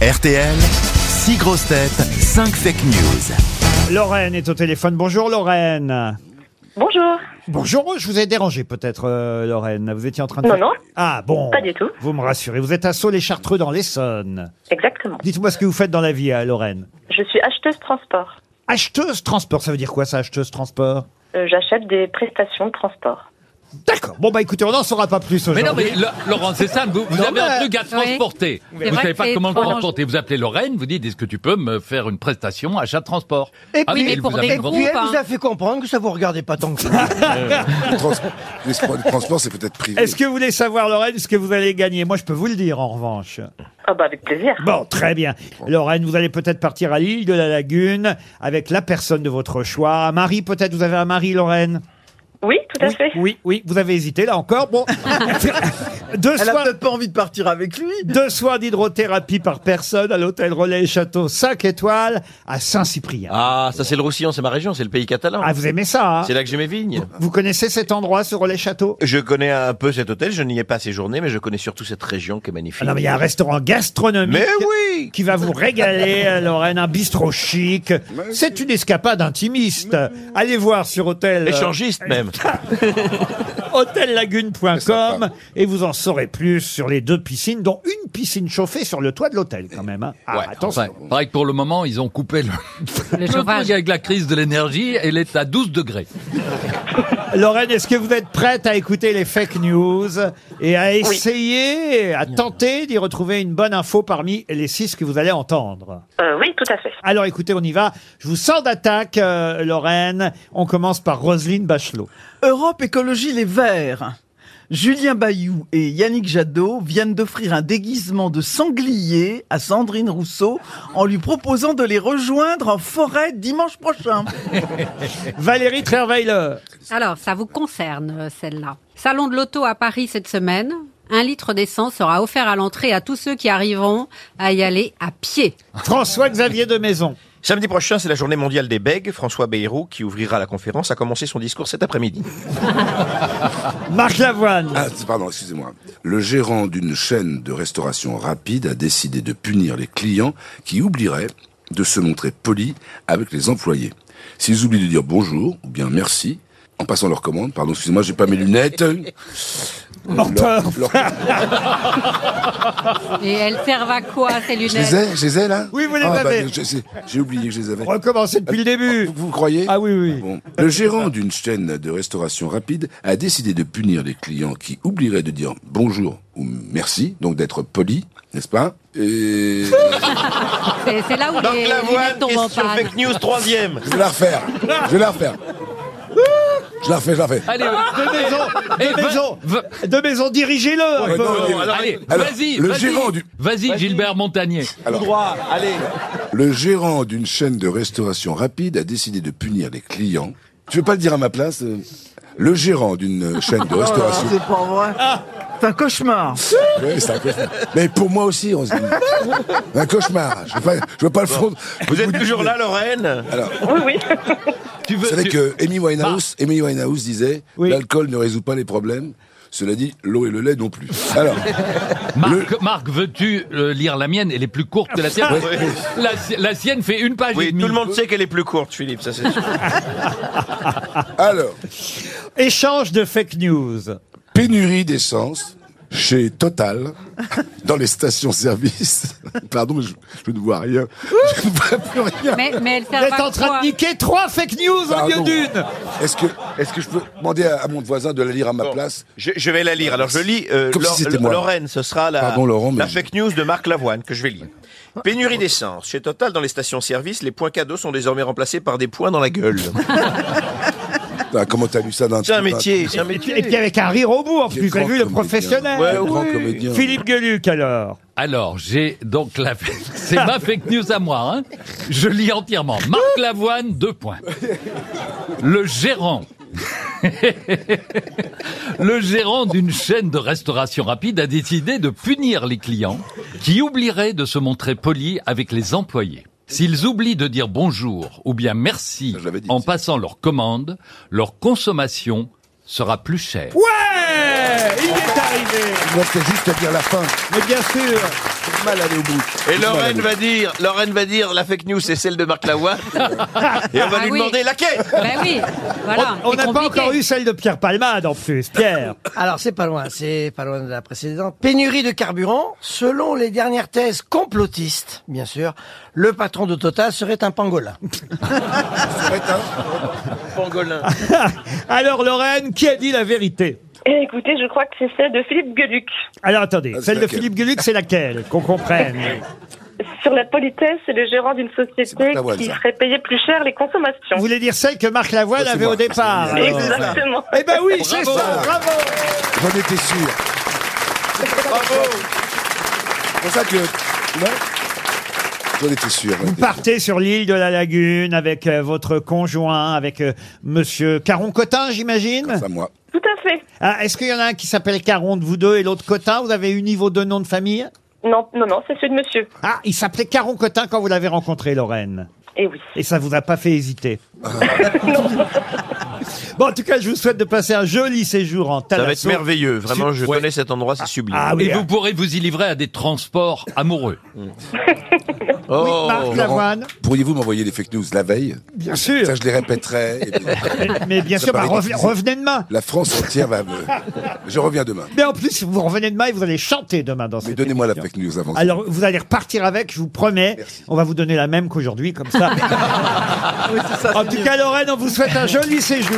RTL, 6 grosses têtes, 5 fake news. Lorraine est au téléphone. Bonjour Lorraine. Bonjour. Bonjour, je vous ai dérangé peut-être euh, Lorraine. Vous étiez en train de... Non, faire- non. Ah bon. Pas du tout. Vous me rassurez. Vous êtes à Sceaux les Chartreux dans l'Essonne. Exactement. Dites-moi ce que vous faites dans la vie à Lorraine. Je suis acheteuse transport. Acheteuse transport, ça veut dire quoi ça, acheteuse transport Euh, J'achète des prestations de transport. D'accord. Bon bah écoutez, on n'en saura pas plus Mais aujourd'hui. non, mais Lo- Laurent, c'est simple. Vous, vous avez mais- un truc à transporter. C'est Vous vrai savez que pas c'est comment le trop dangereux. transporter. Vous appelez Lorraine, vous dites est-ce que tu peux me faire une prestation achat de transport Et Ah puis- oui, mais elle pour vous des appelle groupes, Laurent. Puis elle Ou pas. vous a fait comprendre que ça vous regardait pas tant que ça. Le, trans- les spo- le transport, c'est peut-être privé. Est-ce que vous voulez savoir Lorraine ce que vous allez gagner Moi je peux vous le dire en revanche. Ah bah avec plaisir. Bon, très bien. Lorraine, vous allez peut-être partir à l'île de la Lagune avec la personne de votre choix. Un mari peut-être, vous avez un mari Lorraine Oui, tout à oui, fait. oui, oui, vous avez hésité là encore. Bon, deux Elle a soins, peut-être pas envie de partir avec lui. deux soins d'hydrothérapie par personne à l'hôtel Relais Château 5 étoiles à Saint-Cyprien. Ah. Ah, ça c'est le Roussillon, c'est ma région, c'est le pays catalan. vous aimez ça hein C'est là que j'ai mes vignes. Vous connaissez cet endroit, ce Relais Château Je connais un peu cet hôtel, je n'y ai pas séjourné, mais je connais surtout cette région qui est magnifique. Ah Non, mais il y a un restaurant gastronomique. Mais oui qui va vous régaler, euh, Lorraine, un bistrot chic. C'est une escapade intimiste. Allez voir sur hôtel. euh, Échangiste même. hôtellagune.com sympa. et vous en saurez plus sur les deux piscines, dont une piscine chauffée sur le toit de l'hôtel quand même. hein. Ah, Ouais, attention. enfin, pareil que pour le moment, ils ont coupé le, le chauffage. truc avec la crise de l'énergie. Elle est à 12 degrés. Lorraine, est-ce que vous êtes prête à écouter les fake news et à essayer, à tenter d'y retrouver une bonne info parmi les six que vous allez entendre Euh, oui, tout à fait. Alors écoutez, on y va. Je vous sens d'attaque, euh, Lorraine. On commence par Roselyne Bachelot. Europe Écologie Les Verts. Julien Bayou et Yannick Jadot viennent d'offrir un déguisement de sanglier à Sandrine Rousseau en lui proposant de les rejoindre en forêt dimanche prochain. Valérie Trierweiler. Alors, ça vous concerne, euh, celle-là. Salon de l'auto à Paris cette semaine. Un litre d'essence sera offert à l'entrée à tous ceux qui arriveront à y aller à pied. François-Xavier de Maison. Samedi prochain, c'est la journée mondiale des bègues. François Bayrou, qui ouvrira la conférence, a commencé son discours cet après-midi. Marc Lavoine. Ah, c'est- pardon, excusez-moi. Le gérant d'une chaîne de restauration rapide a décidé de punir les clients qui oublieraient de se montrer polis avec les employés. S'ils oublient de dire bonjour ou bien merci, en passant leur commande, pardon, excusez-moi, j'ai pas mes lunettes. Euh, Menteur. leur- leur- Et elles servent à quoi, ces je les lunettes ai, je les ai là Oui, vous les Ah, bah, avez. Oh je- c'est- J'ai oublié que je les avais. Recommencez depuis le début. Vous, vous croyez Ah oui, oui. Bon. Le gérant d'une chaîne de restauration rapide a décidé de punir les clients qui oublieraient de dire bonjour ou merci, donc d'être poli, n'est-ce pas Et je C'est c'est là où les les lunettes tombent en panne. news troisième. vais la refaire. Je vais la refaire. Je la refais, je la refais. Allez, De maison, eh, de va- maison, va- de maison, dirigez-le un Ouais, peu. non, mais- allez, Alors, vas-y, le vas-y. gérant du- Vas-y, Gilbert Montagnier. Le gérant d'une chaîne de restauration rapide a décidé de punir les clients. Tu veux pas le dire à ma place euh Le gérant d'une chaîne de Ah, Oh là, restauration. c'est pas vrai. C'est un cauchemar. Ouais, c'est un cauchemar. Mais pour moi aussi, on se dit. Un cauchemar. Je veux pas, je veux pas le fondre. Vous êtes toujours là, Lorraine Alors, Oui, oui. Tu veux, Vous savez tu- que Amy Winehouse, Amy Winehouse disait Oui. l'alcool ne résout pas les problèmes. Cela dit, l'eau et le lait non plus. Alors, Marc, Marc, veux-tu euh, lire la mienne Elle est plus courte que la tienne. La, si- la sienne fait une page et Oui, demie. tout le monde sait qu'elle est plus courte, Philippe, ça c'est sûr. alors, Échange de fake news. Ah, pénurie d'essence chez Total dans les stations-service. Pardon, mais je, je ne vois rien. Je ne vois plus rien. Mais, mais elles Vous servent êtes à en train quoi de niquer trois fake news au lieu Pardon. d'une. Est-ce que, est-ce que je peux demander à, à mon voisin de la lire à ma Bon, place je, je vais la lire. Alors je lis euh, Comme si Lor- c'était moi. Lorraine, ce sera la, Pardon, Laurent, mais la je- fake news de Marc Lavoine que je vais lire. Pénurie d'essence. Chez Total, dans les stations-service, les points cadeaux sont désormais remplacés par des points dans la gueule. Ah, Comment t'as lu ça d'un C'est un truc, d'un- métier, c'est un Et puis métier. avec un rire au bout en Quel plus. Vous avez grand vu le comédien. professionnel. Quel grand comédien. Philippe Gueluc alors. Alors, j'ai donc la c'est ma fake news à moi. Hein. Je lis entièrement. Marc Lavoine, deux points. Le gérant. Le gérant d'une chaîne de restauration rapide a décidé de punir les clients qui oublieraient de se montrer polis avec les employés. S'ils oublient de dire bonjour ou bien merci Je l'avais dit, en si. passant leur commande, leur consommation sera plus chère. Ouais. Il est arrivé Moi, c'est juste à dire la fin. Mais bien sûr J'ai mal à aller au bout. Et J'ai du mal à aller Lorraine au bout. va dire, Lorraine va dire, la fake news c'est celle de Marc Lavoine. Et on va Ah lui oui. demander laquelle. Ben oui, voilà. On on c'est n'a pas compliqué. encore eu celle de Pierre Palmade en plus. Pierre Alors c'est pas loin, c'est pas loin de la précédente. Pénurie de carburant, selon les dernières thèses complotistes, bien sûr, le patron de Total serait un pangolin. hein Pangolin. Alors Lorraine, qui a dit la vérité Et écoutez, je crois que c'est celle de Philippe Gueluc. Alors attendez, Ah, c'est celle de laquelle Philippe Gueluc, c'est laquelle Qu'on comprenne. Sur la politesse, c'est le gérant d'une société Marc Lavoine, qui ça. ferait payer plus cher les consommations. Vous voulez dire celle que Marc Lavoine c'est avait moi. au départ C'est alors. Exactement. Eh ben oui, c'est Bravo. ça Bravo J'en étais sûr. C'est pour ça que. Non J'en étais sûr. Vous partez sur l'île de la Lagune avec euh, votre conjoint, avec euh, Monsieur Caron Cotin, j'imagine À moi. Tout à fait. Ah, Est-ce qu'il y en a un qui s'appelle Caron de vous deux et l'autre Cotin Vous avez uni vos deux noms de famille Non, non, non, c'est celui de monsieur. Ah, il s'appelait Caron Cotin quand vous l'avez rencontré, Lorraine. Et oui. Et ça vous a pas fait hésiter Bon, en tout cas, je vous souhaite de passer un joli séjour en Ça va être Thalasso. merveilleux. Vraiment, je Ouais. connais cet endroit, c'est sublime. Ah oui, Et ah. vous pourrez vous y livrer à des transports amoureux. Oui, oh. Marc Lavoine, Pourriez-vous m'envoyer les fake news la veille bien sûr. Ça, je les répéterai. et puis- Mais bien Ça sûr, bah, paraît revenez, difficile. revenez demain. La France entière va me. Je reviens demain. Mais en plus, vous revenez demain et vous allez chanter demain dans Mais cette donnez-moi la émission. fake news avant. Alors, vous allez repartir avec, je vous promets. Merci. On va vous donner la même qu'aujourd'hui, comme ça. Oui, c'est ça, en c'est tout mieux. cas, Lorraine, on vous souhaite un joli séjour.